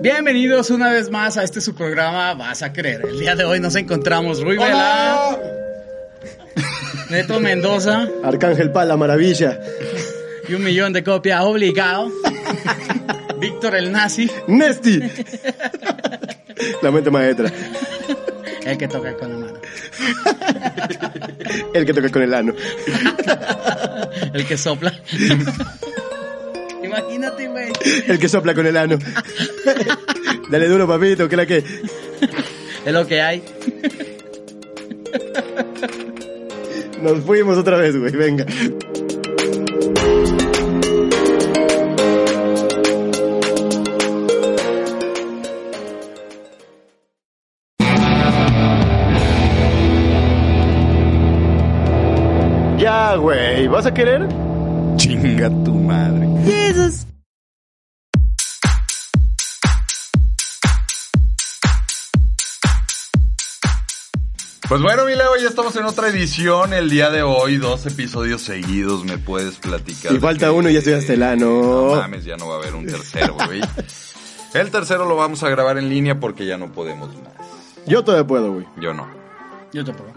Bienvenidos una vez más a este su programa Vas a creer. El día de hoy nos encontramos Rui Vela, Neto Mendoza Arcángel Paz, la maravilla. y un millón de copias obligado. Víctor el Nazi, Nesty. La mente maestra. el que toca con la mano, El que toca con el ano. el que sopla. Imagínate, güey. El que sopla con el ano. Dale duro, papito, que la que. Es lo que hay. Nos fuimos otra vez, güey. Venga. Ya, güey. ¿Vas a querer? Chinga tu madre. Pues bueno, mi Leo, ya estamos en otra edición. El día de hoy, dos episodios seguidos, me puedes platicar. Y falta uno y ya estoy hasta el No ano. mames, ya no va a haber un tercero, güey. El tercero lo vamos a grabar en línea porque ya no podemos más. Yo todavía puedo, güey. Yo no. Yo te puedo.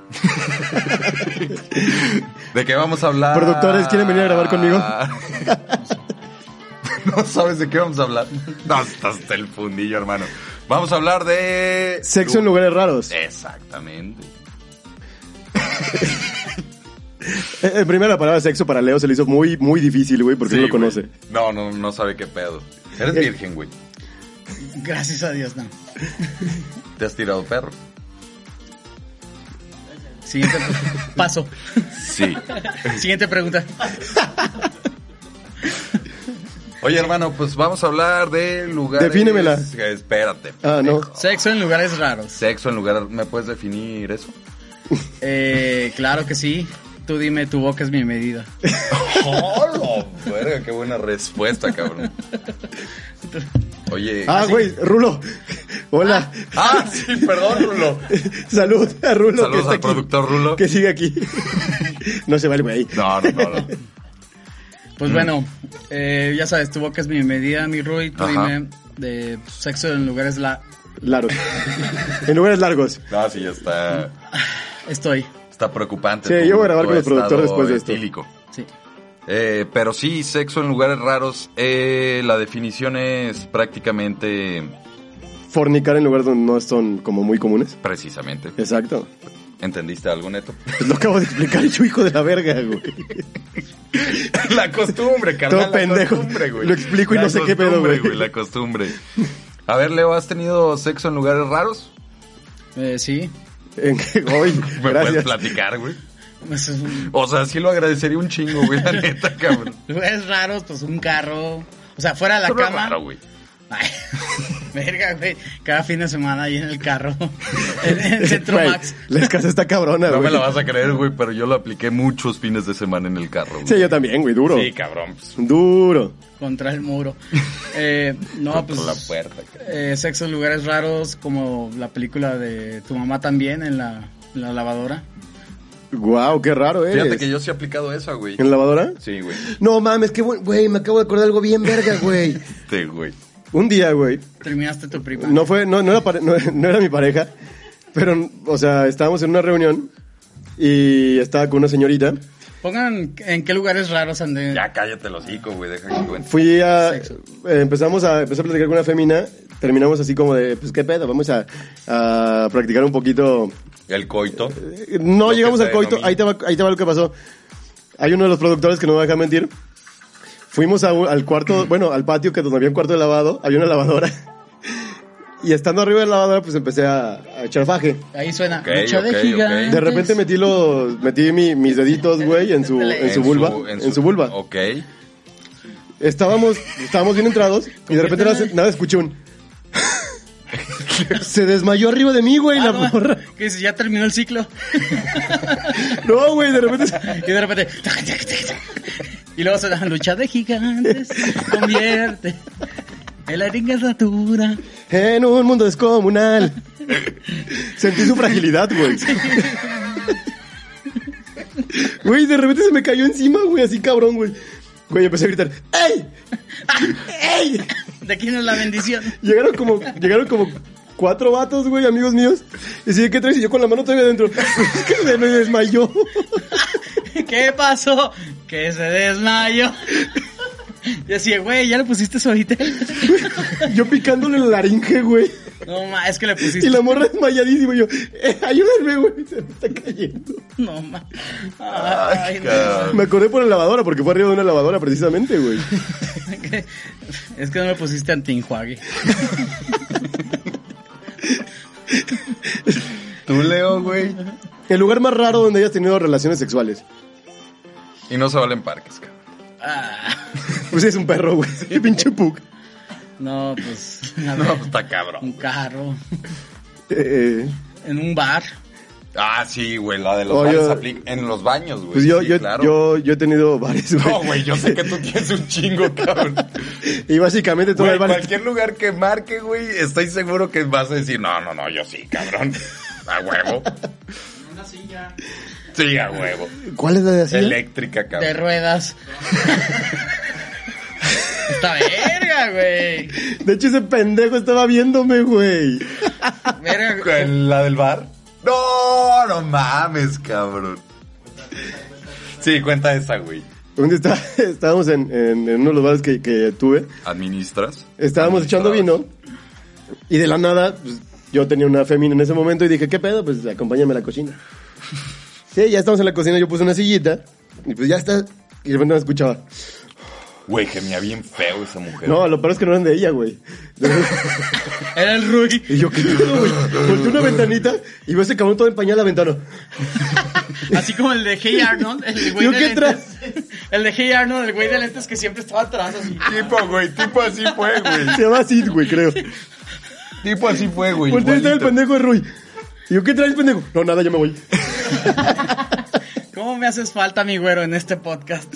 ¿De qué vamos a hablar? Productores, ¿quieren venir a grabar conmigo? no sabes de qué vamos a hablar. No, hasta hasta el fundillo, hermano. Vamos a hablar de... Sexo en lugares raros. Eh. Exactamente. Eh, eh, primero la palabra sexo para Leo se le hizo muy, muy difícil, güey, porque Sí, no güey. lo conoce. Eh. No, no, no sabe qué pedo. Eres El- virgen, güey. Gracias a Dios, no. Te has tirado perro. Siguiente paso. Sí. Siguiente pregunta. Oye, hermano, pues vamos a hablar de lugares... Defínemela. Espérate. Ah, no. Sexo en lugares raros. Sexo en lugar... ¿Me puedes definir eso? Eh, claro que sí. Tú dime, tu boca es mi medida. ¡Hola! verga, qué buena respuesta, cabrón. Oye... Ah, güey, Rulo. Hola. Ah, sí, perdón, Rulo. Salud a Rulo que Saludos está al aquí. productor Rulo. Que sigue aquí. no se va el güey. No, no, no. no. Mm. Pues bueno, eh, ya sabes, tu boca es mi medida, mi Rui. Tú Ajá. dime de sexo en lugares la. Largos. en lugares largos. No, sí, ya está, Estoy. está preocupante. Sí, Tu- yo voy a grabar tu con el productor estado después de esto. etílico. Sí. Eh, pero sí, sexo en lugares raros. eh, la definición es prácticamente Fornicar en lugares donde no son como muy comunes. precisamente. Exacto. ¿Entendiste algo, Neto? Pues lo acabo de explicar, yo hijo de la verga, güey. la costumbre, carnal. Todo pendejo. La costumbre, güey. Lo explico y La no sé qué pedo, costumbre, güey. La costumbre. A ver, Leo, ¿has tenido sexo en lugares raros? Eh, sí. En que hoy. Me puedes Gracias. platicar, güey. Pues, es un- O sea, sí lo agradecería un chingo, güey, la neta, cabrón. lugares raros, pues un carro. O sea, fuera de la Pero cama. raro, güey. Ay, verga, güey. Cada fin de semana ahí en el carro. en en el centro Güey, Max. La escasez está cabrona, No güey. me la vas a creer, güey, pero yo lo apliqué muchos fines de semana en el carro. güey. Sí, yo también, güey, duro. Sí, cabrón. Pues, Duro. Contra el muro. Eh, no, por pues. la puerta. cabrón. eh, sexo en lugares raros, como la película de tu mamá también en la, en la lavadora. Guau, qué raro, eh. Fíjate que yo sí he aplicado esa, güey. ¿En lavadora? Sí, güey. No mames, qué bueno. Güey, me acabo de acordar algo bien verga, güey. Sí, güey. Un día, güey, Terminaste tu prima. no fue, no, no era, pare- no, no era mi pareja, pero, o sea, estábamos en una reunión y estaba con una señorita. Pongan en qué lugares raros andé. Ya cállate los hocico, güey. Deja que cuente. Fui a, Sexo. eh, empezamos a, empecé a platicar con una femina, terminamos así como de, pues qué pedo, vamos a, a practicar un poquito. El coito. Eh, No Lo llegamos que al se coito, denomina. ahí te, va, ahí te va lo que pasó. Hay uno de los productores que no me deja mentir. Fuimos a un- al cuarto, bueno, al patio que donde había un cuarto de lavado, había una lavadora. Y estando arriba de la lavadora, pues empecé a, a echar faje. Ahí suena. Ok, Lucha ok, de ok. gigantes. De repente metí los, metí mi- mis deditos, güey, en su, en su vulva. En su, vulva. Ok. Estábamos, estábamos bien entrados y de repente nada, nada escuché un. Se desmayó arriba de mí, güey, Ah, la no, morra. que dices, ya terminó el ciclo. No, güey, de repente. se- Y de repente. Y luego suena lucha de gigantes. Convierte. En la natura. En un mundo descomunal. Sentí su fragilidad, güey. Güey, de repente se me cayó encima, güey, así cabrón, güey. Güey, empecé a gritar, ¡Ey! ¡Ey! De quién es la bendición. Llegaron como, llegaron como cuatro vatos, güey, amigos míos. Y si ¿qué traes? Y yo con la mano todavía adentro. Es que se me desmayó. ¿Qué pasó? Que se desmayó. Y así, güey, ¿ya le pusiste suavitel? Yo picándole la laringe, güey. No, ma, es que le pusiste. Y la morra desmayadísima. y Yo, "Eh, ayúdenme, güey. Se me está cayendo. No, ma. Ay, Ay, no. cabrón. Me acordé por la lavadora, porque fue arriba de una lavadora precisamente, güey. Es que no me pusiste antienjuague. Tú, Leo, güey. El lugar más raro donde hayas tenido relaciones sexuales. Y no se valen parques, cabrón. Ah, Pues es un perro, güey. Qué pinche pug. Eh, no, pues. a No, ver, pues está cabrón. Un carro. Eh, eh, En un bar. Ah, sí, güey, la de los Oh, bares yo- aplica en los baños, güey. pues yo, sí, yo, claro. yo, yo he tenido bares, güey. No, güey, yo sé que tú tienes un chingo, cabrón. Y básicamente todo Güey, el bar. cualquier lugar que marque, güey, estoy seguro que vas a decir, no, no, no, yo sí, cabrón. A huevo. Una silla. Sí, a huevo. ¿Cuál es la de así? Eléctrica, De cabrón. ruedas. Esta verga, güey. De hecho, ese pendejo estaba viéndome, güey. Verga. ¿Con ¿La del bar? No, no mames, cabrón. Sí, cuenta esa, güey. Un día está- estábamos en, en- en uno de los bares que, que tuve. ¿Administras? Estábamos echando vino. Y de la nada, pues, yo tenía una femina en ese momento y dije, ¿qué pedo? Pues acompáñame a la cocina. Sí, ya estamos en la cocina, yo puse una sillita. Y pues ya está. Y de repente me escuchaba. Güey, gemía bien feo esa mujer. No, lo peor es que no eran de ella, güey. Era el Rui. Y yo, ¿qué pedo, güey? Volteé una ventanita y veo ese cabrón todo empañado a la ventana. Así como el de Hey Arnold, el güey Yo de que lentes. El de Hey Arnold, el güey de lentes que siempre estaba atrás así. Tipo, güey, tipo así fue, güey. Se llama Sid, güey, creo. Tipo así fue, güey. Volteé y estaba el igualito. pendejo de Rui. Y yo, ¿qué traes, pendejo? No, nada, yo me voy. ¿Cómo me haces falta, mi güero, en este podcast?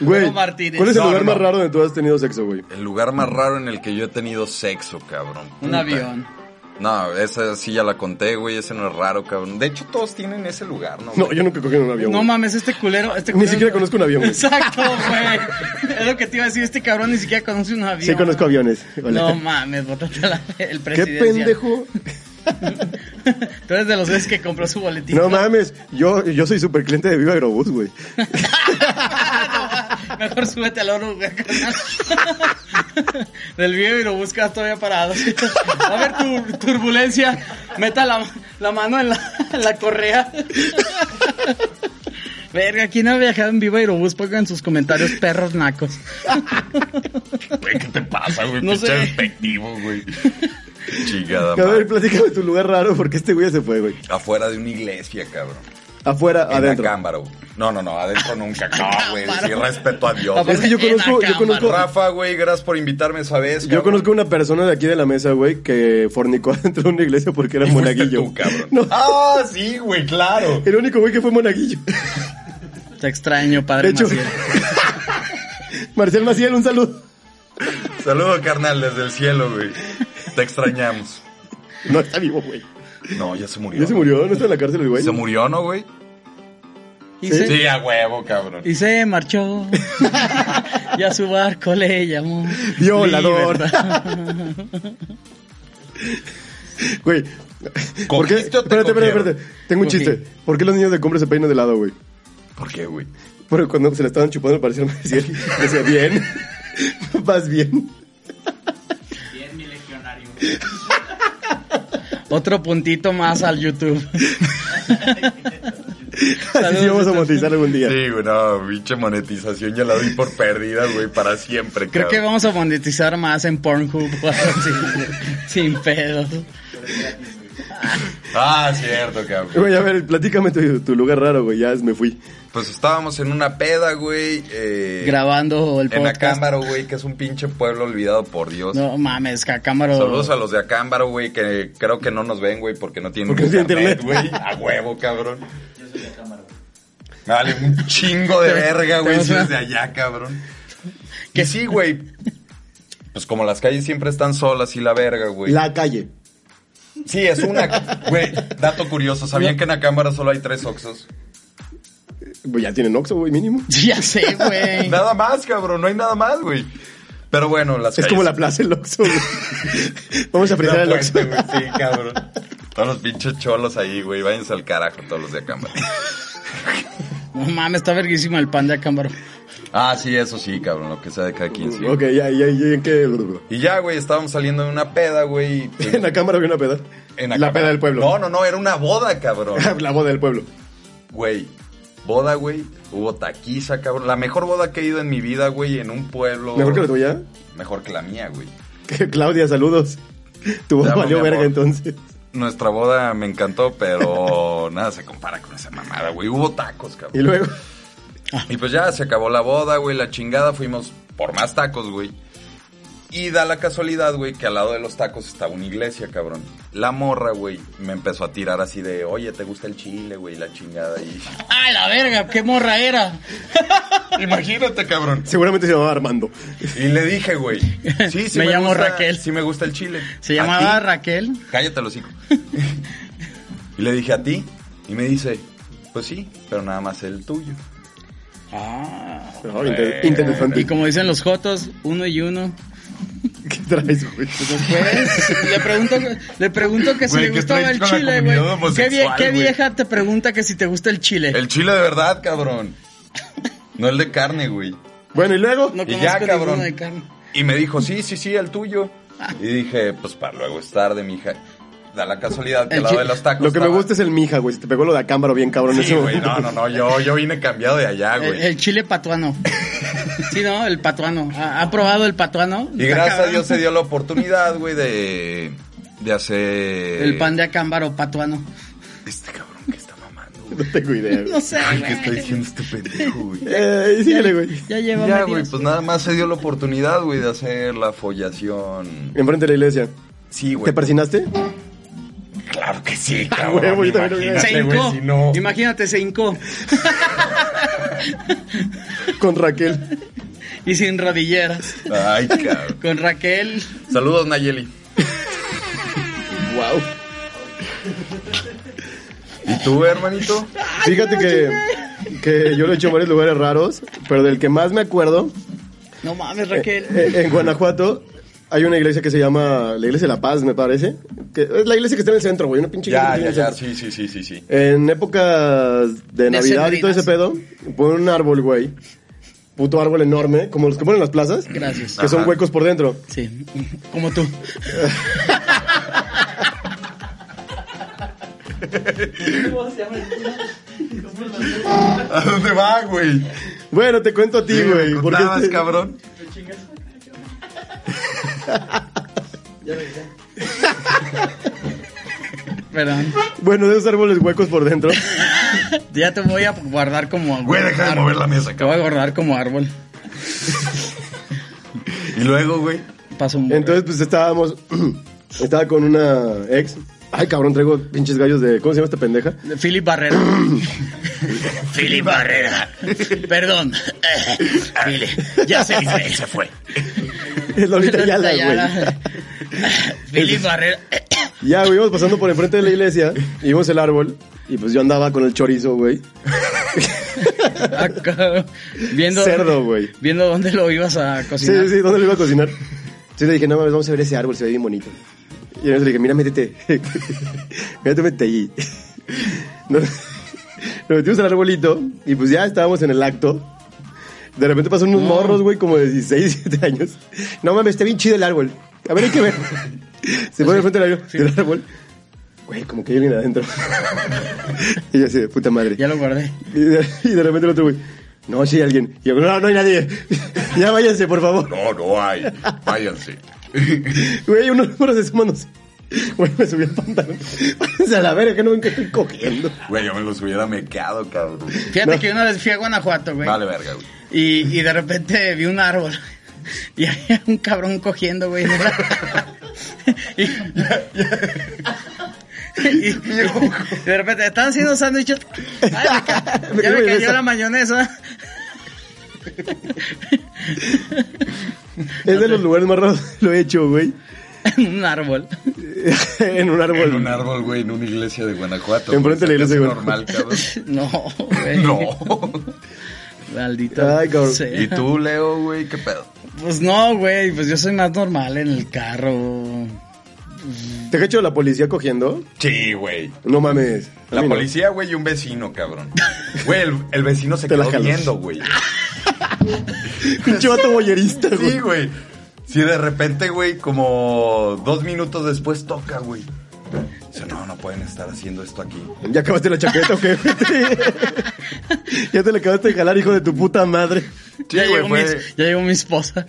Güey, Güero Martínez. ¿cuál es el No, lugar no, más no. raro donde tú has tenido sexo, güey? El lugar más raro en el que yo he tenido sexo, cabrón. Un Puta. avión. No, esa sí ya la conté, güey. Ese no es raro, cabrón. De hecho, todos tienen ese lugar, ¿no? No, güey? yo nunca cogí en un avión. No güey. mames, este culero, este Ni culero- siquiera conozco un avión, güey. Exacto, güey. Es lo que te iba a decir, este cabrón ni siquiera conoce un avión. Sí, conozco aviones. Hola. No mames, bótate la- el Qué presidente. pendejo. Tú eres de los güeyes que compró su boletín. No mames, yo, yo soy super cliente de Viva Aerobús, güey. Mejor súbete al oro, güey, carnal. Del video y lo buscas todavía parado. A ver tu turbulencia. Meta la, la mano en la, en la correa. Verga, ¿quién ha viajado en Viva Aerobús? Pongan en sus comentarios perros nacos. Güey, ¿qué te pasa, güey? No No sé. despectivo, güey. Chingada, A ver, madre. platícame tu lugar raro porque este güey ya se fue, güey. Afuera de una iglesia, cabrón. Afuera, En adentro. Acámbaro. No, no, no, adentro nunca. No, güey, sí Acámbaro. respeto a Dios. Aparte- Es que yo En conozco, yo Acámbaro. conozco, Rafa, güey, gracias por invitarme esa vez, yo cabrón. conozco una persona de aquí de la mesa, güey, que fornicó dentro de una iglesia porque era Y fuiste monaguillo. tú, cabrón. No, Ah, sí, güey, claro. el único güey que fue monaguillo. Te extraño, De padre. hecho, Maciel. Marcial Maciel, un saludo. Saludo, carnal, desde el cielo, güey. Te extrañamos. No está vivo, güey. No, ya se murió. Ya se murió, no está en la cárcel el güey. ¿Se murió, no, güey? Y, ¿Sí? se, Sí, a huevo, cabrón. y se marchó. y a su barco le llamó. Violador. Libertad. Güey. ¿Por qué? ¿Cogiste o te Espérate, espérate, cogieron? espérate. Tengo un Cogí. chiste. ¿Por qué los niños de compra se peinan de lado, güey? ¿Por qué, güey? Pero cuando se la estaban chupando al parecer me decía, decía bien, vas bien. Bien, mi legionario. Otro puntito más al YouTube. Así sí vamos a monetizar algún día. Sí, güey, no, pinche monetización ya la doy por perdida, güey, para siempre, Creo que cabrón. vamos a monetizar más en Pornhub o algo así, güey. sin pedos. Ah, cierto, cabrón. Güey, a ver, platícame tu, tu lugar raro, güey. Ya es- me fui. Pues estábamos en una peda, güey. eh, Grabando el En podcast. Acámbaro, güey, que es un pinche pueblo olvidado por Dios. No mames, Cacámaro. Saludos a los de Acámbaro, güey, que creo que no nos ven, güey, porque no tienen Porque no tienen güey. A huevo, cabrón. Dale, un chingo de verga, güey, si eres de allá, cabrón. Que sí, güey. Pues como las calles siempre están solas y la verga, güey. La calle. Sí, es una... Güey, dato curioso. ¿Sabían que en Acámbaro solo hay tres Oxxos? Güey, ya tienen Oxxo, güey, mínimo. Ya sé, güey. Nada más, cabrón. No hay nada más, güey. Pero bueno, las Es calles... como la plaza el Oxxo, güey. Vamos a La fregar el Oxxo. puente, güey, sí, cabrón. Todos los pinches cholos ahí, güey. Váyanse al carajo todos los de Acámbaro. No mames, está verguísima el pan de Acámbaro. Ah, sí, eso sí, cabrón. Lo que sea de cada quien, sí. Ok, ya, ya, ya, ¿en qué? Y ya, güey, estábamos saliendo de una peda, güey. y En la cámara había una peda. en la Acámbaro. peda del pueblo. No, no, no, era una boda, cabrón. La boda del pueblo. Güey, boda, güey. Hubo taquiza, cabrón. La mejor boda que he ido en mi vida, güey, en un pueblo. Mejor que la tuya. Mejor que la mía, güey. Que- Claudia, saludos. Tu boda amo, valió mi verga amor. entonces. Nuestra boda me encantó, pero nada se compara con esa mamada, güey. Hubo tacos, cabrón. Y luego, Y pues ya se acabó la boda, güey, la chingada, fuimos por más tacos, güey. Y da la casualidad, güey, que al lado de los tacos estaba una iglesia, cabrón. La morra, güey, me empezó a tirar así de, oye, ¿te gusta el chile, güey? La chingada. Y... ¡Ah, la verga! ¡Qué morra era! Imagínate, cabrón. seguramente se llamaba Armando. Y le dije, güey, sí, sí Me llamo gusta- Raquel. Sí me gusta el chile. Se ¿A llamaba ti? Raquel. Cállate, los hijos. y le dije, ¿a ti? Y me dice, pues sí, pero nada más el tuyo. Ah. No, inter- interesante. Y como dicen los jotos, uno y uno. ¿Qué traes, güey? Pues, le pregunto, le pregunto que si Güey, le ¿qué gustaba traes el con la chile, güey. comunidad ¿Qué, vie- homosexual, qué güey? vieja te pregunta que si te gusta el chile? El chile de verdad, cabrón. No el de carne, güey. Bueno, y luego. No Y ya, conozco cabrón. ninguno de Ah. carne. Y me dijo, sí, sí, sí, el tuyo. Y dije, pues para luego es tarde, mija. Da la casualidad que El al lado chi- de los tacos. Lo que me estaba- gusta es el mija, güey. Se te pegó lo de acámbaro bien cabrón en Sí, ese güey, momento. no, no, no, yo, yo vine cambiado de allá, El, Ah, güey. el chile patuano. Sí, ¿no? El patuano. ¿Ha, ha probado el patuano? Y Está gracias a cabrón. Dios se dio la oportunidad, güey, de, de hacer... El pan de acámbaro patuano. Este cabrón que está mamando, güey. No tengo idea, güey. No sé, Ay, ¿qué güey. está diciendo este pendejo, güey? Eh, y síguele, güey. Ya Y lleva Ya, varios. güey, pues nada más se dio la oportunidad, güey, de hacer la follación. Enfrente de la iglesia. Sí, güey. ¿Te persinaste? Claro que sí, Ah, cabrón. güey, yo también lo vi. imagínate, Se güey, hincó. si no- Imagínate, se hincó. Con Raquel. Y sin rodilleras. Ay, cabrón. Con Raquel. Saludos, Nayeli. Wow. ¿Y tú, hermanito? Fíjate que, que yo lo he hecho en varios lugares raros, pero del que más me acuerdo, No mames, eh, Raquel. en Guanajuato hay una iglesia que se llama la Iglesia de la Paz, me parece. Que es la iglesia que está en el centro, güey, una pinche iglesia Ya, que ya, está en el ya, centro. sí, sí, sí, sí, sí. En épocas de Navidad y todo sembrinas. ese pedo, ponen un árbol, güey. Puto árbol enorme, como los que ponen en las plazas. Gracias. Que son Ajá. huecos por dentro. Sí, como tú. ¿A dónde va, güey? Bueno, te cuento a ti, güey. me porque contabas, este- cabrón. Perdón. Bueno, de esos árboles huecos por dentro. Ya te voy a guardar como. Güey, deja de mover la Te mesa, voy cabrón. a guardar como árbol. Y luego, güey. Paso un. Entonces, pues estábamos. Estaba con una ex. Ay, cabrón, traigo pinches gallos de. ¿Cómo se llama esta pendeja? Philip Barrera. Philip Barrera. Perdón. Dile, ya se dice. Se fue. Es Lolita Yala, güey. Ayala. Philip Barrera. Ya, güey, íbamos pasando por enfrente de la iglesia. Y vimos el árbol. Y pues yo andaba con el chorizo, güey. Acá, viendo, Cerdo, güey. Viendo dónde lo ibas a Sí, cocinar. sí, sí, ¿dónde lo iba a cocinar? Entonces le dije, no mames, vamos a ver ese árbol, se ve bien bonito. Y entonces le dije, mira, métete. Mira, métete allí. Nos nos metimos al arbolito y pues ya estábamos en el acto. De repente pasan unos morros, güey, como de 16, 17 años. No mames, está bien chido el árbol. A ver, hay que ver. Se pone enfrente del árbol- del árbol. güey, como que hay alguien adentro. y yo así, de puta madre. Ya lo guardé. Y de, y de repente el otro güey, no, sí, hay alguien. Y yo, no, no hay nadie. ya váyanse, por favor. No, no hay. Váyanse. Güey, unos números de sumanos. Güey, me subí al pantalón. Váyanse a la verga, que no ven que estoy cogiendo. Güey, yo me los hubiera mequeado, cabrón. Fíjate No. que una vez fui a Guanajuato, güey. Vale, verga, güey. Y, y de repente vi un árbol. Y había un cabrón cogiendo, güey. en el árbol. y, y- y de repente, están haciendo sándwiches. Ay, me ca- Me ya me quedé mayonesa. cayó la mayonesa. Es de los lugares más raros que lo he hecho, güey. En un árbol. en un árbol. En un árbol, güey, en una iglesia de Guanajuato. Enfrente güey. de la Se iglesia de me hace normal, cabrón. No, güey. No. Maldito. Ay, cabrón. sea. ¿Y tú, Leo, güey? ¿Qué pedo? Pues no, güey. Pues yo soy más normal en el carro. ¿Te ha hecho la policía cogiendo? Sí, güey. No mames. A La mí no. policía, güey, y un vecino, cabrón. Güey, el, el vecino se Te la quedó jalas. viendo, güey. Pinche vato boyerista, güey. Sí, güey. Sí, de repente, güey, como dos minutos después toca, güey. Dice, no, no pueden estar haciendo esto aquí. ¿Ya acabaste la chaqueta o qué? ya te la acabaste de jalar, hijo de tu puta madre. Sí, ya, güey, llegó mi, fue- ya llegó mi esposa.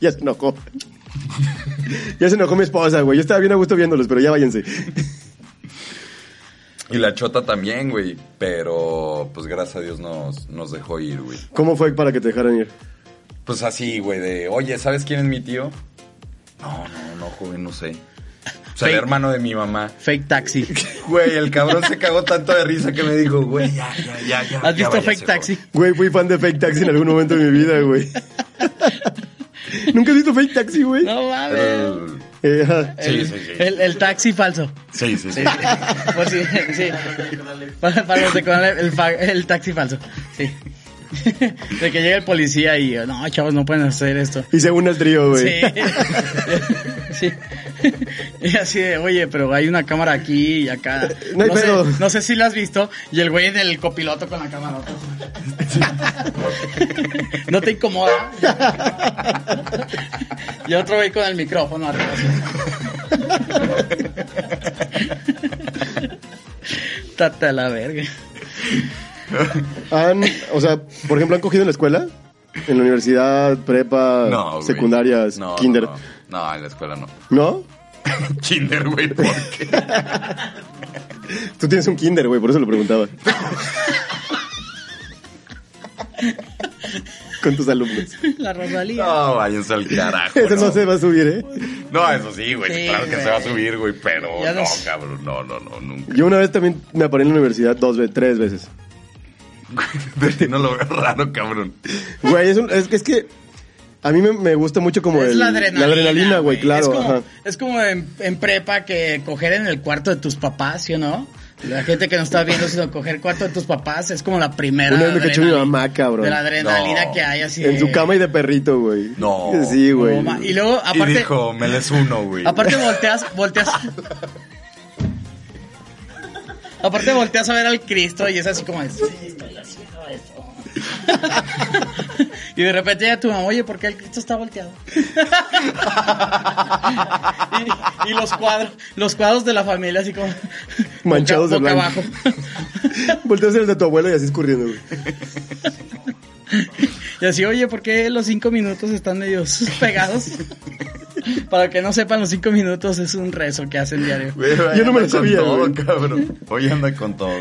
Ya se enojó. ya se enojó mi esposa, güey. Yo estaba bien a gusto viéndolos, pero ya váyanse. Y la chota también, güey. Pero, pues, gracias a Dios nos, nos dejó ir, güey. ¿Cómo fue para que te dejaran ir? Pues así, güey, de, oye, ¿sabes quién es mi tío? No, no, no, joven, no sé. O sea, el Fake. hermano de mi mamá. Fake taxi. Güey, el cabrón se cagó tanto de risa que me dijo, güey, ya, ya, ya, ya. ¿Has visto ya váyase, Fake Taxi? joven". Güey, fui fan de Fake Taxi en algún momento de mi vida, güey. ¿Nunca has visto Fake Taxi, güey? No mames. El- Eh, ajá. Sí, sí, sí. El, el taxi falso. Sí, sí, sí. Pues sí, sí. Para, para los de Conalep, el, fa- el taxi falso. Sí. De que llega el policía y no, chavos, no pueden hacer esto. Y se une al trío, güey. Sí. sí. Y así de, oye, pero hay una cámara aquí y acá. No hay sé, pedo. no sé si la has visto. Y el güey en el copiloto con la cámara. otra. No te incomoda. Y otro güey con el micrófono arriba. así. Tata la verga. Han, o sea, por ejemplo, ¿han cogido en la escuela? ¿En la universidad, prepa, No, güey. secundarias, No, kinder? No, no. No, en la escuela no. ¿No? Kinder, güey, ¿por qué? Tú tienes un kinder, güey, por eso lo preguntaba. Con tus alumnos. La Rosalía. No, váyanse al carajo. Eso no no. se va a subir, ¿eh? No, eso sí, güey. Sí, claro que güey. se va a subir, güey, pero Ya no, nos- cabrón. No, no, no, nunca. Yo una vez también me aparé en la universidad dos veces, tres veces. no lo veo raro, cabrón. Güey, es, un- es, que- es que a mí me, me gusta mucho como es el- la adrenalina. adrenalina, güey, claro. Es como, ajá. es como en, en prepa que coger en el cuarto de tus papás, ¿sí o no? La gente que nos está viendo, sino coger cuarto de tus papás es como la primera. Una vez me cachó mi adrenalina- mamá, cabrón. De la adrenalina No. que hay así. En de- su cama y de perrito, güey. No. Sí, güey. No, ma- y luego, aparte. y dijo, me les uno, güey. Aparte volteas, volteas. Aparte volteas a ver al Cristo y es así como de, "Sí, estoy haciendo eso". Y de repente llega tu mamá, oye, ¿por qué el Cristo está volteado? y, y los cuadros, los cuadros de la familia así como Manchados boca, de boca blanco. abajo. Volteas el de tu abuelo y así escurriendo, güey. Y así, oye, ¿por qué los cinco minutos están medios pegados? Para que no sepan, los cinco minutos es un rezo que hacen diario. Güey, Yo anda no me lo con sabía, todo, güey. cabrón. Hoy anda con todo.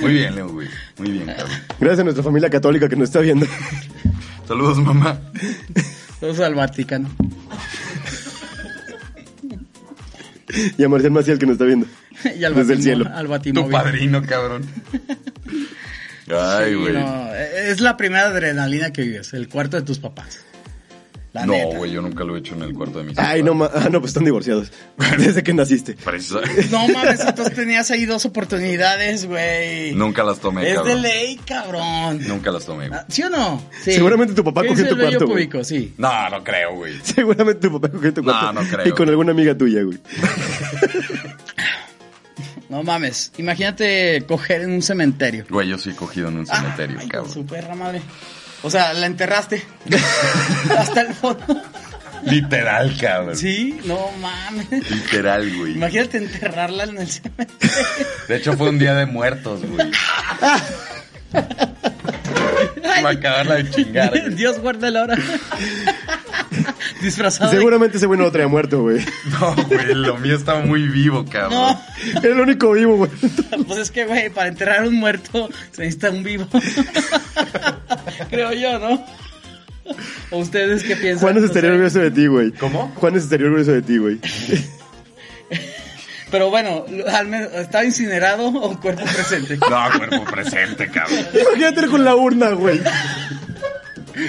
Muy bien, Leo, güey. Muy bien, Ah. cabrón. Gracias a nuestra familia católica que nos está viendo. Saludos, mamá. Todos al Vaticano. Y a Marcial Maciel que nos está viendo. y al Desde el Batimó- cielo. Al Tu Batimóvil. padrino, cabrón. Ay, Sí, güey. no, e-, es la primera adrenalina que vives, el cuarto de tus papás. La No, neta. güey, yo nunca lo he hecho en el cuarto de mis Ay, no, ma- ah, no, pues están divorciados. Desde que naciste. Presa. No mames, entonces tenías ahí dos oportunidades, güey. Nunca las tomé, es de cabrón. ley, cabrón. Nunca las tomé, güey. Ah, ¿Sí o no? Sí. Seguramente tu papá ¿Qué cogió dice tu el bello cuarto, güey. público? Sí. No, no creo, güey. Seguramente tu papá cogió tu No, cuarto. no creo. Y con alguna amiga tuya, güey. No mames. Imagínate coger en un cementerio. Güey, yo sí he cogido en un cementerio, Ah, Ay, con cabrón. su perra madre. O sea, la enterraste. Hasta el fondo. Literal, cabrón. Sí, no mames. Literal, güey. Imagínate enterrarla en el cementerio. De hecho, fue un día de muertos, güey. Va a acabarla de chingar, güey. Dios guarda la hora. Disfrazado. de- Seguramente ese güey no lo traía muerto, güey. No, güey, lo mío estaba muy vivo, cabrón. No, Era el único vivo, güey. pues es que, güey, para enterrar a un muerto se necesita un vivo. Creo yo, ¿no? ¿O ustedes qué piensan? Juan es No estaría sé. orgulloso de ti, güey. ¿Cómo? Juan es estaría orgulloso de ti, güey. Pero bueno, al menos, ¿estaba incinerado o cuerpo presente? No, cuerpo presente, cabrón. Imagínate con la urna, güey.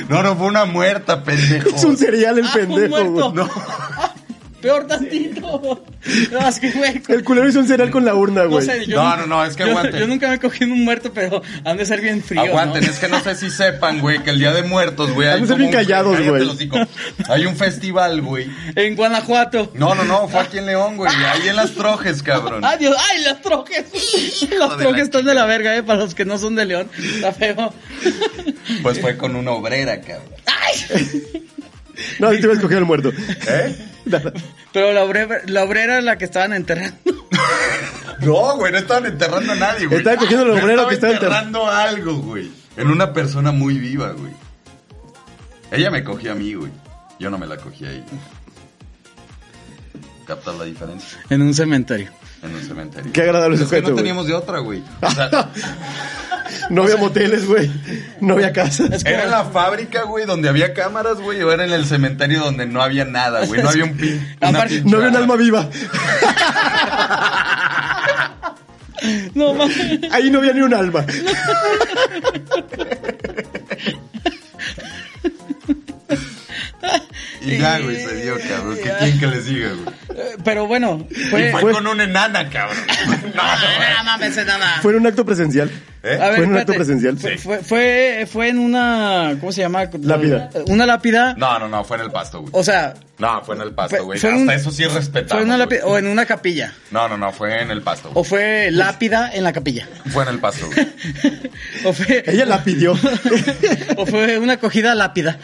No, no, fue una muerta, pendejo. Es un cereal el Ah, un pendejo, muerto. güey. No, Peor tantito. No, es que, güey, El culero hizo un cereal con la urna, no güey. sé, yo No, nu- no, no, es que yo- aguanten. Yo nunca me he cogido un muerto, pero han de ser bien frío, ¿no? aguanten, es que no sé si sepan, güey, que el día de muertos, güey. hay Han de ser bien como un- callados, Cállate güey. el hocico. Hay un festival, güey. En Guanajuato. No, no, no, fue aquí en León, güey. Ahí en las trojes, cabrón. ¡Ay, Dios! ¡Ay, los trojes! Los la trojes están de chica. la verga, ¿eh? Para los que no son de León. Está feo. Pues fue con una obrera, cabrón. No, si te ibas a escoger el muerto. ¿Eh? Pero la obrera, la obrera era la que estaban enterrando. No, güey, no estaban enterrando a nadie, güey. Estaban cogiendo al Yo obrero que estaba enterrando algo, güey. En una persona muy viva, güey. Ella me cogió a mí, güey. Yo no me la cogí a ella. ¿Captas la diferencia? En un cementerio. En un cementerio. Qué agradable Es que sujeto, no güey. teníamos de otra, güey. O sea, No había moteles, güey. No había casas. era en la fábrica, güey, donde había cámaras, güey, o era en el cementerio donde no había nada, güey. No había un pin. una Aparte- pinche No había un alma viva. No mames. Ahí no había ni un alma. Y ya, güey, se dio, cabrón. ¿Qué quieren que les diga, güey? Eh, Pero bueno, Y fue. fue con una enana, cabrón. No, Ah, mames, nada más. Fue en un acto presencial. ¿Eh? A ver, Fue en un acto espérate. presencial. Fue, fue, fue- fue en una. ¿Cómo se llama? Lápida. Una lápida. no, no, no, fue en el pasto, güey. O sea, No, fue en el pasto, Fue- güey. fue Hasta un- eso sí respetamos. fue en una lápida. güey. O en una capilla. No, no, no, fue en el pasto. O güey. fue lápida en la capilla. Fue en el pasto, güey. O fue. Ella la pidió. O fue una acogida lápida.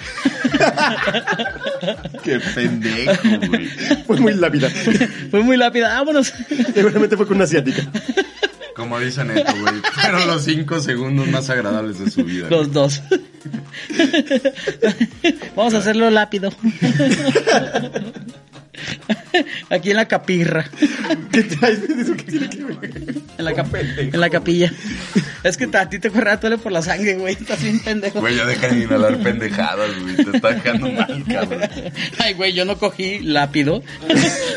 Qué pendejo, güey. Fue muy lápida. Fue muy lápida. Vámonos. Seguramente fue con una asiática. Como dicen esto, güey. Fueron los cinco segundos más agradables de su vida. güey. Los dos. Vamos a hacerlo lápido. Aquí en la capirra. ¿Qué traes? ¿Eso qué tiene que ver? En la, cap- en la capilla. Es que a ti te corre tole por la sangre, güey. Estás bien pendejo. Güey, ya deja de inhalar pendejadas, güey. Te está dejando mal, cabrón. Ay, güey, yo no cogí lápido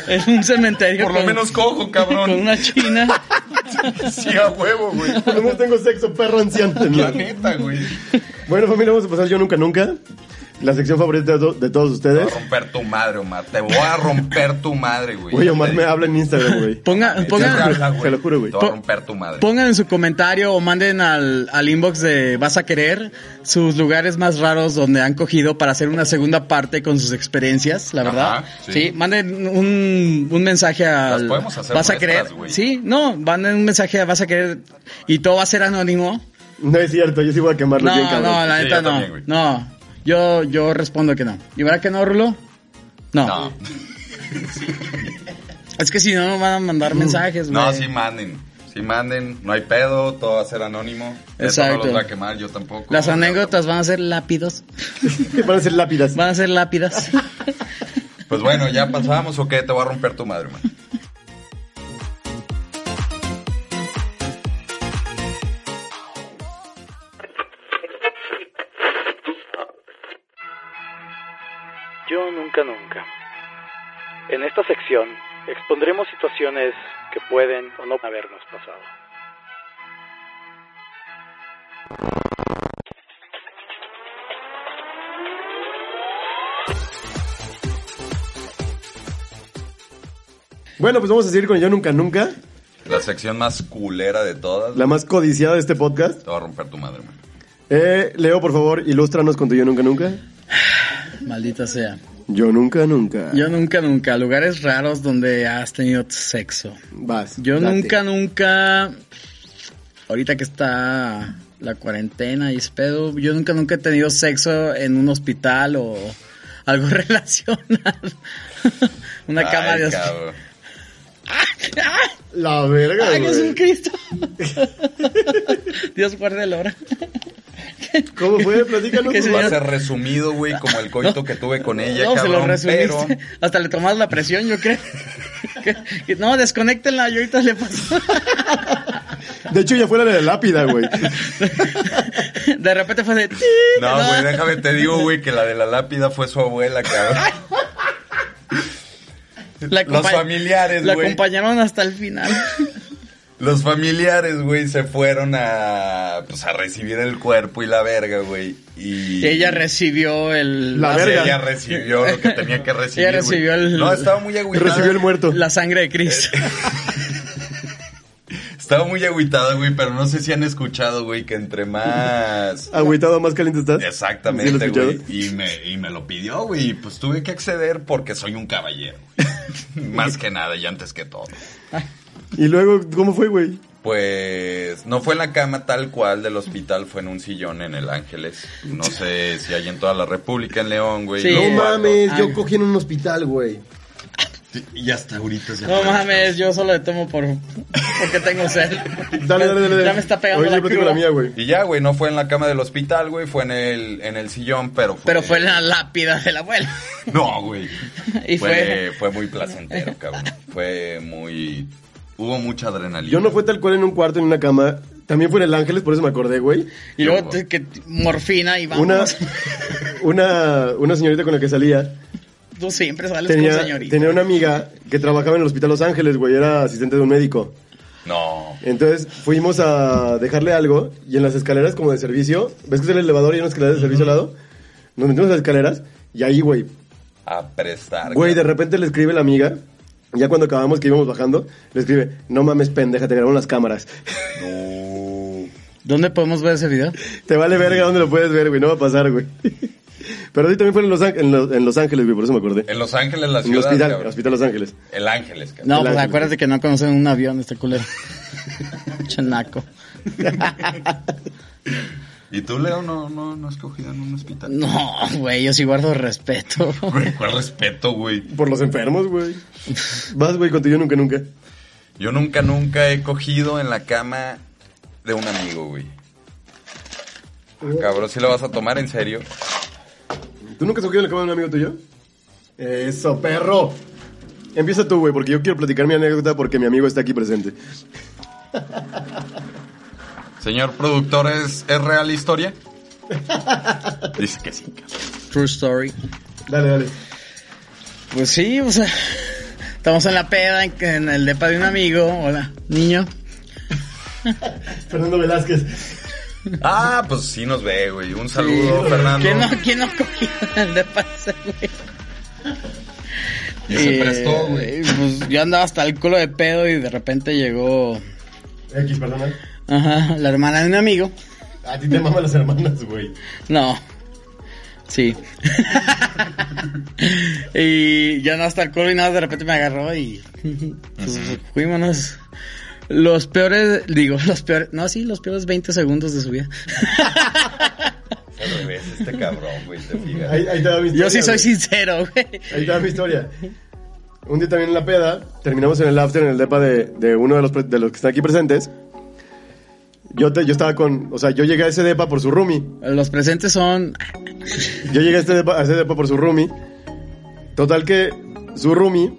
en un cementerio. Por lo con- menos cojo, Con cabrón. una china. Sí, a huevo, güey. Por lo menos "Pues tengo sexo perro anciano. La neta, güey. Bueno, familia, vamos a pasar yo nunca nunca. La sección favorita de, to- de todos Te voy ustedes. a romper tu madre, Omar. Te voy a romper tu madre, güey. Güey, Omar me habla en Instagram, güey. Ponga, Te ponga, habla, güey. Te lo juro, güey. Te voy a Po- romper tu madre. Pongan en su comentario o manden al, al inbox de Vas a Querer sus lugares más raros donde han cogido para hacer una segunda parte con sus experiencias, la Ajá, verdad. sí. sí. manden un, un mensaje a. podemos hacer Vas a Querer. nuestras, güey. Sí, no, manden un mensaje a Vas a Querer y todo va a ser anónimo. No es cierto, yo sí voy a quemarlo No, bien, cabrón. no, la Sí, neta yo no. también, güey. no, yo, yo respondo que no. ¿Y verdad que no, Rulo? No. No, Es que si no, nos van a mandar mensajes, güey. no, sí manden. Sí manden. No hay pedo, todo va a ser anónimo. Eso no Exacto. los va a quemar, yo tampoco. Las anécdotas van a ser lápidos. Van a ser lápidas. Van a ser lápidas. Pues bueno, ya pasamos o qué, te voy a romper tu madre, man. Yo nunca nunca. En esta sección expondremos situaciones que pueden o no habernos pasado. Bueno, pues vamos a seguir con Yo Nunca Nunca, La sección más culera de todas. la más codiciada de este podcast. Te voy a romper tu madre, man. Eh, Leo, por favor, ilústranos con tu Yo Nunca Nunca. Maldita sea. Yo Nunca Nunca. Yo nunca, nunca. Lugares raros donde has tenido sexo. Vas. Yo date. nunca, nunca. Ahorita que está la cuarentena y es pedo, yo nunca, nunca he tenido sexo en un hospital o algo relacionado. Una Ay, cama de hospital. cabrón. La verga, ¡Ay, güey. Jesucristo! Dios guarde el hora. ¿Cómo fue? Platícanos. Que se Va a señor- ser resumido, güey, como el coito que tuve con ella, no, se lo cabrón. resumiste. pero Hasta le tomas la presión, yo creo. Que- que- no, desconectenla, yo ahorita le paso. De hecho, ya fuera de la lápida, güey. De repente fue de... "Ti". No, güey, déjame te digo, güey, que la de la lápida fue su abuela, cabrón. La Los acompa- familiares, La güey. acompañaron hasta el final. Los familiares, güey, se fueron a pues a recibir el cuerpo y la verga, güey. Y Y ella recibió el... La Ah, sí, verga. Ella recibió lo que tenía que recibir. Ella recibió güey. el- No, estaba muy agüitada. Recibió el muerto. La sangre de Eh. Cristo. Estaba muy agüitada, güey, pero no sé si han escuchado, güey, que entre más. Agüitado, más caliente estás. ¿Sí lo Exactamente, he güey. escuchado? Y me, y me lo pidió, güey. y Pues tuve que acceder porque soy un caballero. güey. Más que nada y antes que todo. Y luego, ¿cómo fue, güey? Pues no fue en la cama tal cual del hospital, fue en un sillón en El Ángeles. No sé si hay en toda la República, en León, güey. Sí. lo No Eh, guardo. mames, ah. yo cogí en un hospital, güey. Y hasta ahorita se No mames, yo solo le tomo por... Porque tengo sed. Dale, dale, dale. dale. Ya me está pegando Oye, la yo platico cruda. la mía, güey. Y ya, güey, no fue en la cama del hospital, güey, fue en el, en el sillón, pero fue... Pero fue la lápida de la abuela. No, güey. Y fue, fue muy placentero, cabrón. Fue muy... Hubo mucha adrenalina. Yo no fue tal cual en un cuarto, en una cama. También fue en el Ángeles, por eso me acordé, güey. Y luego Qué te- que morfina y vamos. Una, una, una señorita con la que salía Tú siempre sales con tenía, señorita. tenía una amiga que trabajaba en el Hospital Los Ángeles, güey. Era asistente de un médico. No. Entonces fuimos a dejarle algo y en las escaleras como de servicio, ¿ves que es el elevador y hay unas escaleras de servicio al lado? Nos metimos a las escaleras y ahí, güey, A prestar. güey, de cabrón. repente le escribe la amiga, ya cuando acabamos que íbamos bajando, le escribe, no mames pendeja, te grabaron las cámaras. No. ¿Dónde podemos ver ese video? Te vale verga dónde lo puedes ver, güey, no va a pasar, güey. Pero sí, también fue en Los, Ang- en Los, en Los Ángeles, güey, por eso me acordé. En Los Ángeles, la En el ciudad, hospital, cabrón. hospital Los Ángeles. El Ángeles, cabrón. No, El pues ángel. acuérdate que no conocen un avión este culero. Chenaco. ¿Y tú, Leo, no, no, no has cogido en un hospital? No, güey, yo sí guardo respeto. Güey, cuál respeto, güey. Por los enfermos, güey. Vas, güey, contigo nunca, nunca. Yo nunca, nunca he cogido en la cama de un amigo, güey. Ah, Cabrón, si lo vas a tomar en serio. ¿Tú nunca has cogido en la cama de un amigo tuyo? Eso, perro. Empieza tú, güey, porque yo quiero platicar mi anécdota porque mi amigo está aquí presente. Señor productor, ¿es, es real la historia? Dice que sí, cabrón. True story. Dale, dale. Pues sí, o sea, estamos en la peda, en, en el depa de un amigo. Hola, niño. Fernando Velázquez. Ah, pues sí nos ve, güey. Un saludo, Fernando. Eh, ¿Quién no, quién no cogió en el depa de ese güey? Y se Eh, prestó, güey. Pues yo andaba hasta el culo de pedo y de repente llegó X, perdona. ajá, la hermana de un amigo. A ti te maman las hermanas, güey. No. Sí. y ya no hasta el culo y nada, de repente me agarró y pues, fuímonos. Los peores, digo, los peores, no, sí, los peores 20 segundos de su vida. Al revés, este cabrón, güey, te fijas. Ahí, ahí te va mi historia. Yo sí soy güey. sincero, güey. Ahí te va mi historia. Un día también en la peda, terminamos en el after, en el depa de, de uno de los, pre- de los que están aquí presentes. Yo, te- yo estaba con, o sea, yo llegué a ese depa por su roomie. Los presentes son, Yo llegué a, este depa- a ese depa por su roomie. Total que su roomie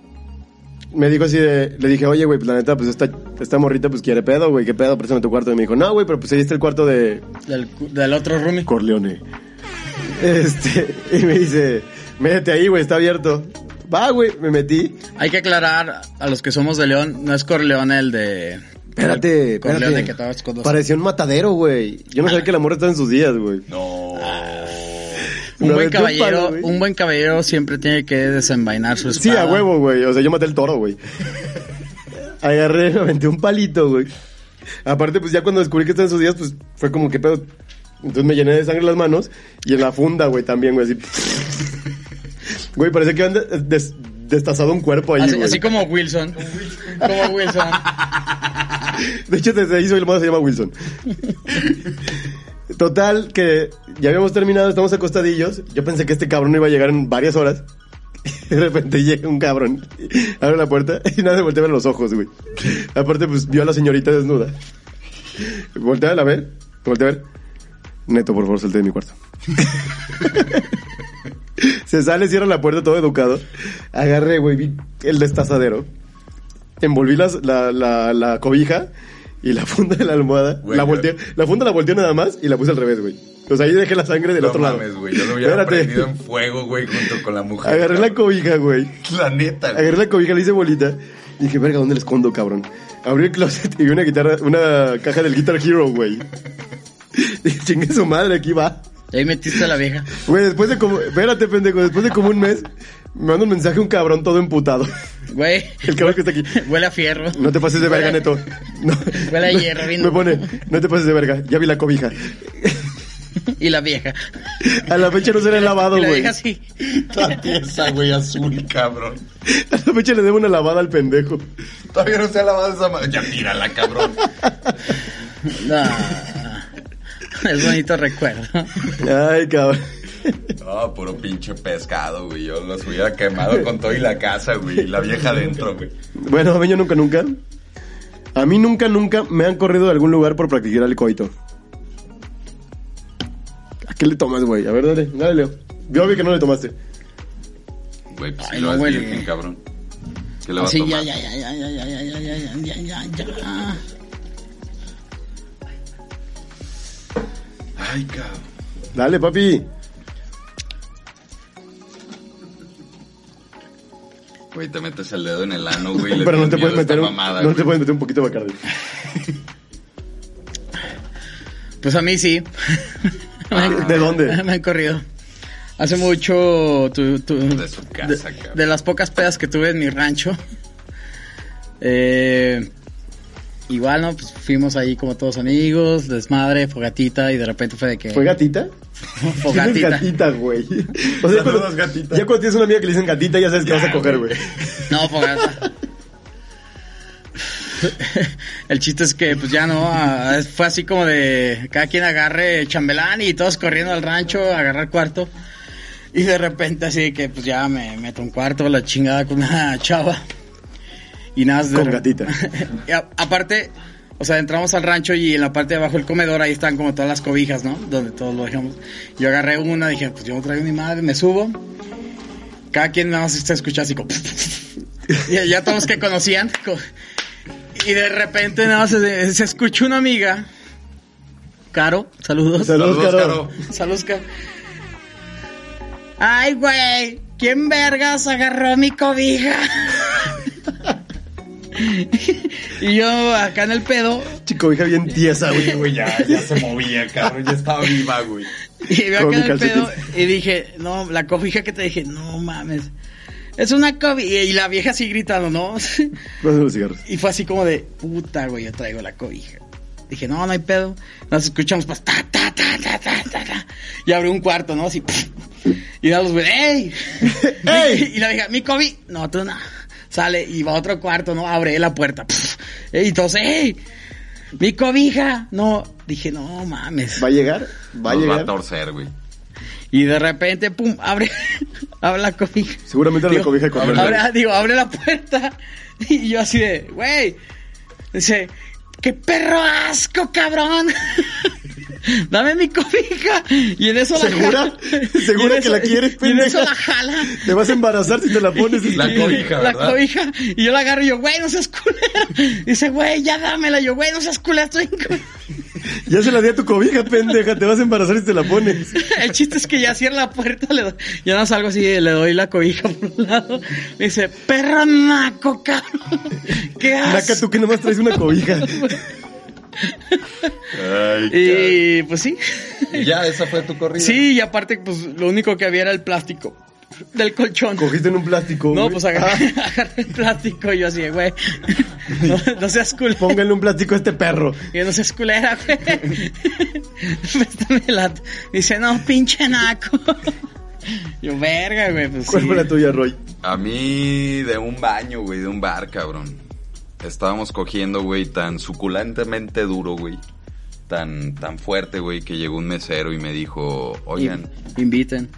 me dijo así de... Le dije, oye, güey, pues la neta, pues esta, esta morrita pues quiere pedo, güey. ¿Qué pedo? Préstame tu cuarto. Y me dijo, no, güey, pero pues ahí está el cuarto de del, cu- del otro roomie. Corleone. Este, y me dice, métete ahí, güey, está abierto. Va, güey, me metí. Hay que aclarar a los que somos de León, no es Corleón el de... Espérate, Corleone espérate. que todos conocen. Parecía un matadero, güey. Ah. Yo no sabía que la morra estaba en sus días, güey. No. Un Me buen aventé un palo, caballero, güey. un buen caballero siempre tiene que desenvainar su Sí, espada. a huevo, güey. O sea, yo maté el toro, güey. Agarré, me aventé un palito, güey. Aparte, pues ya cuando descubrí que estaba en sus días, pues fue como que pedo. Entonces me llené de sangre las manos y en la funda, güey, también, güey, así. Güey, parece que han des- des- destazado un cuerpo ahí, Así, güey. así como Wilson. Como Wilson. De hecho, desde ahí soy el modo se llama Wilson. Total, que ya habíamos terminado, estamos acostadillos. Yo pensé que este cabrón iba a llegar en varias horas. De repente llega un cabrón, abre la puerta y nada, se voltea a ver los ojos, güey. Aparte, pues vio a la señorita desnuda. Voltea a ver, voltea a ver. Neto, por favor, salte de mi cuarto. se sale, cierra la puerta, todo educado. Agarré, güey, vi el destazadero. Envolví las- la, la- la cobija y la funda de la almohada. Güey, la volteé, la funda la volteé nada más y la puse al revés, güey. O sea, ahí dejé la sangre del no otro mames, lado. güey. Yo lo hubiera Espérate. prendido en fuego, güey, junto con la mujer. Agarré la cabrón. cobija, güey. La neta, güey. Agarré la cobija, le hice bolita. Y dije, verga, ¿dónde la escondo, cabrón? Abrí el closet y vi una guitarra, una caja del Guitar Hero, güey. Dije, chingue su madre, aquí va. Y ahí metiste a la vieja. Güey, después de como, espérate, pendejo, después de como un mes, me manda un mensaje un cabrón todo emputado. Güey, El cabrón que está aquí. huele a fierro. No te pases de verga, Huele- Neto. No, Huele a hierro, bien. Me pone, no te pases de verga, ya vi la cobija. Y la vieja. A la fecha no se le ha lavado, Y la güey. vieja sí. La pieza, güey, azul, cabrón. A la fecha le debo una lavada al pendejo. Todavía no se ha lavado esa madre. Ya tírala, cabrón. No. Es bonito recuerdo. Ay, cabrón. No, puro pinche pescado, güey. Yo los hubiera quemado con todo y la casa, güey. Y la vieja adentro, güey. Bueno, a mí yo nunca, nunca. A mí nunca, nunca me han corrido de algún lugar por practicar el coito. ¿A qué le tomas, güey? A ver, dale, dale, Leo. Yo vi que no le tomaste. Güey, pues sí Ay, lo no vas huele. virgen, cabrón. ¿Qué le va a Así, ya, tomar? ya, ya, ya, ya, ya, ya, ya, ya, ya, ya, ya. Ay, cabrón. Dale, papi. Güey, te metes el dedo en el ano, güey. y le Pero no tienes te puedes miedo a esta meter un, mamada, no güey. te puedes meter un poquito de bacardi. Pues a mí sí. ¿De dónde? Me han corrido. Hace mucho tu- tu- De su casa, de- cabrón. de las pocas pedas que tuve en mi rancho. Eh, igual, ¿no? Pues fuimos ahí como todos amigos, desmadre, fogatita, y de repente fue de que... ¿Fue gatita? Tienes Fogatita. gatita, güey. O Saludos, cuando- gatita. Ya cuando tienes una amiga que le dicen gatita, ya sabes que vas a coger, güey. No, pues, fogata. El chiste es que, pues ya no, ah, fue así como de cada quien agarre chambelán y todos corriendo al rancho a agarrar cuarto. Y de repente así que, pues ya me meto un cuarto, la chingada con una chava. Y nada, de Con re- gatita. Y a- aparte, o sea, entramos al rancho y en la parte de abajo del comedor ahí están como todas las cobijas, ¿no? Donde todos lo dejamos. Yo agarré una, dije, pues yo traigo mi madre, me subo. Cada quien nada más se escucha así como... Y ya todos que conocían. co- Y de repente nada más se, se escuchó una amiga. Caro, saludos. Saludos, Saludos, Caro. Caro. Saludos, Caro. Ay, güey. ¿Quién vergas agarró mi cobija? y yo acá en el pedo. Chico, hija bien tiesa, güey. Güey, ya, ya se movía, cabrón. Ya estaba viva, güey. Y veo Con acá en el calcetines. pedo y dije, no, la cobija que te dije, no mames. Es una cobija. Y la vieja así gritando, ¿no? Pásame los cigarros. Y fue así como de, puta, güey, yo traigo la cobija. Dije, no, no hay pedo. Nos escuchamos, pues, ta, ta, ta, ta, ta, ta, ta. Y abrió un cuarto, ¿no? Así, pf. y da los güey, ¡ey! ¡Ey! Y la dije, mi cobi, no, tú no. Sale y va a otro cuarto, ¿no? Abre la puerta, pf. y entonces, ¡ey! Mi cobija, no. Dije, no mames. ¿Va a llegar? ¿Va a Nos va llegar? a torcer, güey. Y de repente, pum, abre, abre la cobija. Seguramente la Digo, cobija con Ábrele. Abre, digo, abre la puerta. Y yo así de, güey. Dice, qué perro asco, cabrón. Dame mi cobija. Y en eso ¿Segura? la jala. ¿Segura Y en que la quieres, Y en eso pendeja? la jala. Te vas a embarazar si te la pones. La Y- cobija, La ¿verdad? cobija. Y yo la agarro y yo, güey, no seas culero. Dice, güey, ya dámela. Yo, güey, no seas culero. estoy en co-". Ya se la di a tu cobija, pendeja. Te vas a embarazar si te la pones. El chiste es que ya cierra la puerta, le doy- ya no salgo así, le doy la cobija por un lado. Me dice, perro naco, cabrón. ¿Qué Naca, haces? tú que nomás traes una cobija. Ay, Y pues sí. cabrón. Ya, esa fue tu corrida. Sí, y aparte, pues lo único que había era el plástico del colchón. Cogiste en un plástico. No, güey. pues agarré, Ah, agarré el plástico y yo así, de, güey. No, no seas culera. póngale un plástico a este perro. Y yo, no seas culera, güey. Préstame la- Dice, no, pinche naco. Yo, verga, güey, pues ¿Cuál sí. fue la tuya, Roy? A mí de un baño, güey, de un bar, cabrón. Estábamos cogiendo, güey, tan suculentemente duro, güey, tan, tan fuerte, güey, que llegó un mesero y me dijo, oigan, Inviten.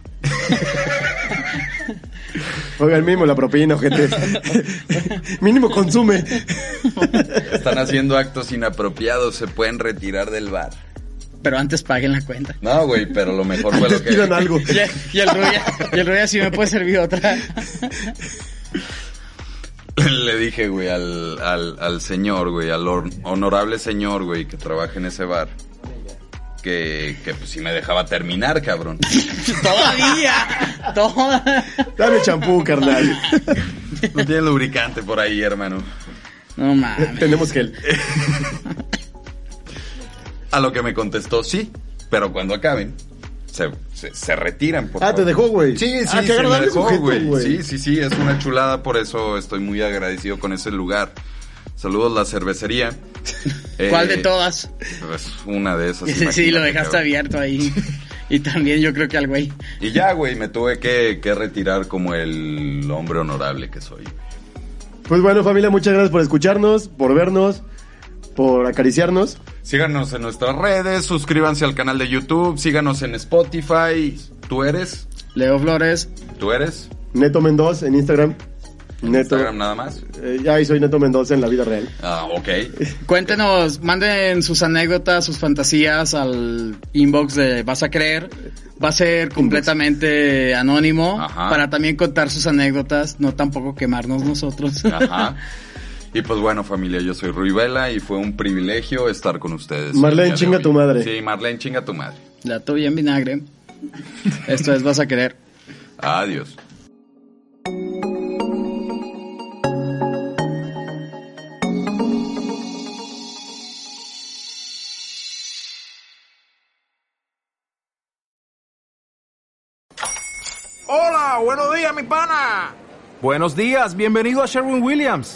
Oigan, mínimo la propina, gente. mínimo consume. están haciendo actos inapropiados, se pueden retirar del bar. Pero antes paguen la cuenta. No, güey, pero lo mejor fue lo Les que... pidan algo. Y, y el Ruya, y el Ruya, si me puede servir otra. Le dije, güey, al, al, al señor, güey, al hor- honorable señor, güey, que trabaja en ese bar. Que, que pues si me dejaba terminar, cabrón. Todavía. Toda. Dame champú, carnal. No tiene lubricante por ahí, hermano. No mames. Tenemos gel. A lo que me contestó, sí, pero cuando acaben, se, se, se retiran, por Ah, favor. ¿te dejó, güey? Sí, sí, Ah, qué se me agradable dejó, sujeto, güey. güey. Sí, sí, sí, es una chulada, por eso estoy muy agradecido con ese lugar. Saludos, la cervecería. Eh, ¿Cuál de todas? Pues una de esas. Sí, sí, lo imagínate, dejaste cabrón. abierto ahí. Y también yo creo que al güey. Y ya, güey, me tuve que, que retirar como el hombre honorable que soy. Pues bueno, familia, muchas gracias por escucharnos, por vernos, por acariciarnos. Síganos en nuestras redes, suscríbanse al canal de YouTube, síganos en Spotify. ¿Tú eres? Leo Flores. ¿Tú eres? Neto Mendoz en Instagram. Neto. Instagram nada más. Eh, ay, soy Neto Mendoza en la vida real. Ah, ok. Cuéntenos, manden sus anécdotas, sus fantasías al inbox de Vas a Creer. Va a ser completamente anónimo Ajá. para también contar sus anécdotas, no tampoco quemarnos nosotros. Ajá. Y pues bueno, familia, yo soy Rui Vela y fue un privilegio estar con ustedes. Marlene, el día de chinga hoy. tu madre. Sí, Marlene, chinga tu madre. La tuya en vinagre. Esto es Vas a Creer. Adiós. Hola, buenos días, mi pana. Buenos días, bienvenido a Sherwin Williams.